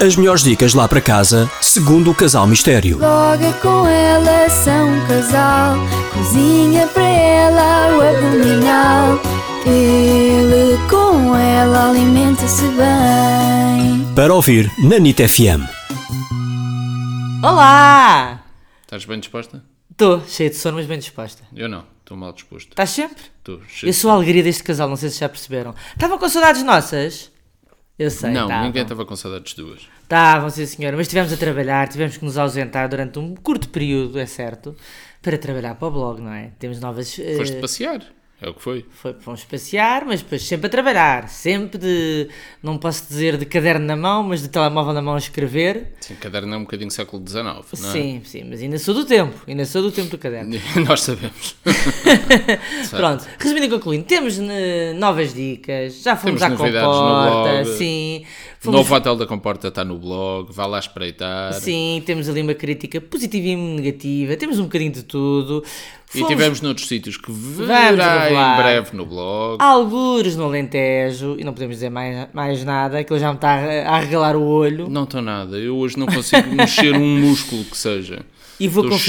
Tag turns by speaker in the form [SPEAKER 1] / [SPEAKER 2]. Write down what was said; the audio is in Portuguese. [SPEAKER 1] As melhores dicas lá para casa, segundo o Casal Mistério.
[SPEAKER 2] Logo com ela são um casal, cozinha para ela o abdominal. Ele com ela alimenta-se bem.
[SPEAKER 1] Para ouvir na NIT FM.
[SPEAKER 3] Olá!
[SPEAKER 4] Estás bem disposta?
[SPEAKER 3] Estou cheia de sono, mas bem disposta.
[SPEAKER 4] Eu não, estou mal disposto.
[SPEAKER 3] Estás sempre?
[SPEAKER 4] Estou cheio
[SPEAKER 3] Eu sou a alegria deste casal, não sei se já perceberam. Estavam com saudades nossas? Eu sei,
[SPEAKER 4] Não,
[SPEAKER 3] estavam.
[SPEAKER 4] ninguém tá- estava com saudades duas.
[SPEAKER 3] Estavam, sim senhora, mas estivemos a trabalhar, tivemos que nos ausentar durante um curto período, é certo, para trabalhar para o blog, não é? Temos novas... eh,
[SPEAKER 4] Foste passear, é o que foi.
[SPEAKER 3] Foi, fomos passear, mas depois sempre a trabalhar, sempre de, não posso dizer de caderno na mão, mas de telemóvel na mão a escrever.
[SPEAKER 4] Sim, caderno é um bocadinho século XIX, não é?
[SPEAKER 3] Sim, sim, mas ainda sou do tempo, ainda sou do tempo do caderno.
[SPEAKER 4] Nós sabemos.
[SPEAKER 3] Pronto, resumindo e concluindo, temos eh, novas dicas, já fomos
[SPEAKER 4] Temos
[SPEAKER 3] à
[SPEAKER 4] novidades no
[SPEAKER 3] comporta,
[SPEAKER 4] blog.
[SPEAKER 3] sim,
[SPEAKER 4] O
[SPEAKER 3] fomos,
[SPEAKER 4] Novo hotel da Comporta está no blog, vá lá espreitar.
[SPEAKER 3] sim, temos ali uma crítica positiva e negativa, temos um bocadinho de tudo.
[SPEAKER 4] E
[SPEAKER 3] Fomos-
[SPEAKER 4] tivemos noutros sítios que verá
[SPEAKER 3] revelar. Ah.
[SPEAKER 4] em breve no blog.
[SPEAKER 3] Algures no Alentejo, e não podemos dizer mais, mais nada, aquilo já me está a, a regalar o olho.
[SPEAKER 4] Não estou nada, eu hoje não consigo mexer um músculo que seja.
[SPEAKER 3] E vou
[SPEAKER 4] Estou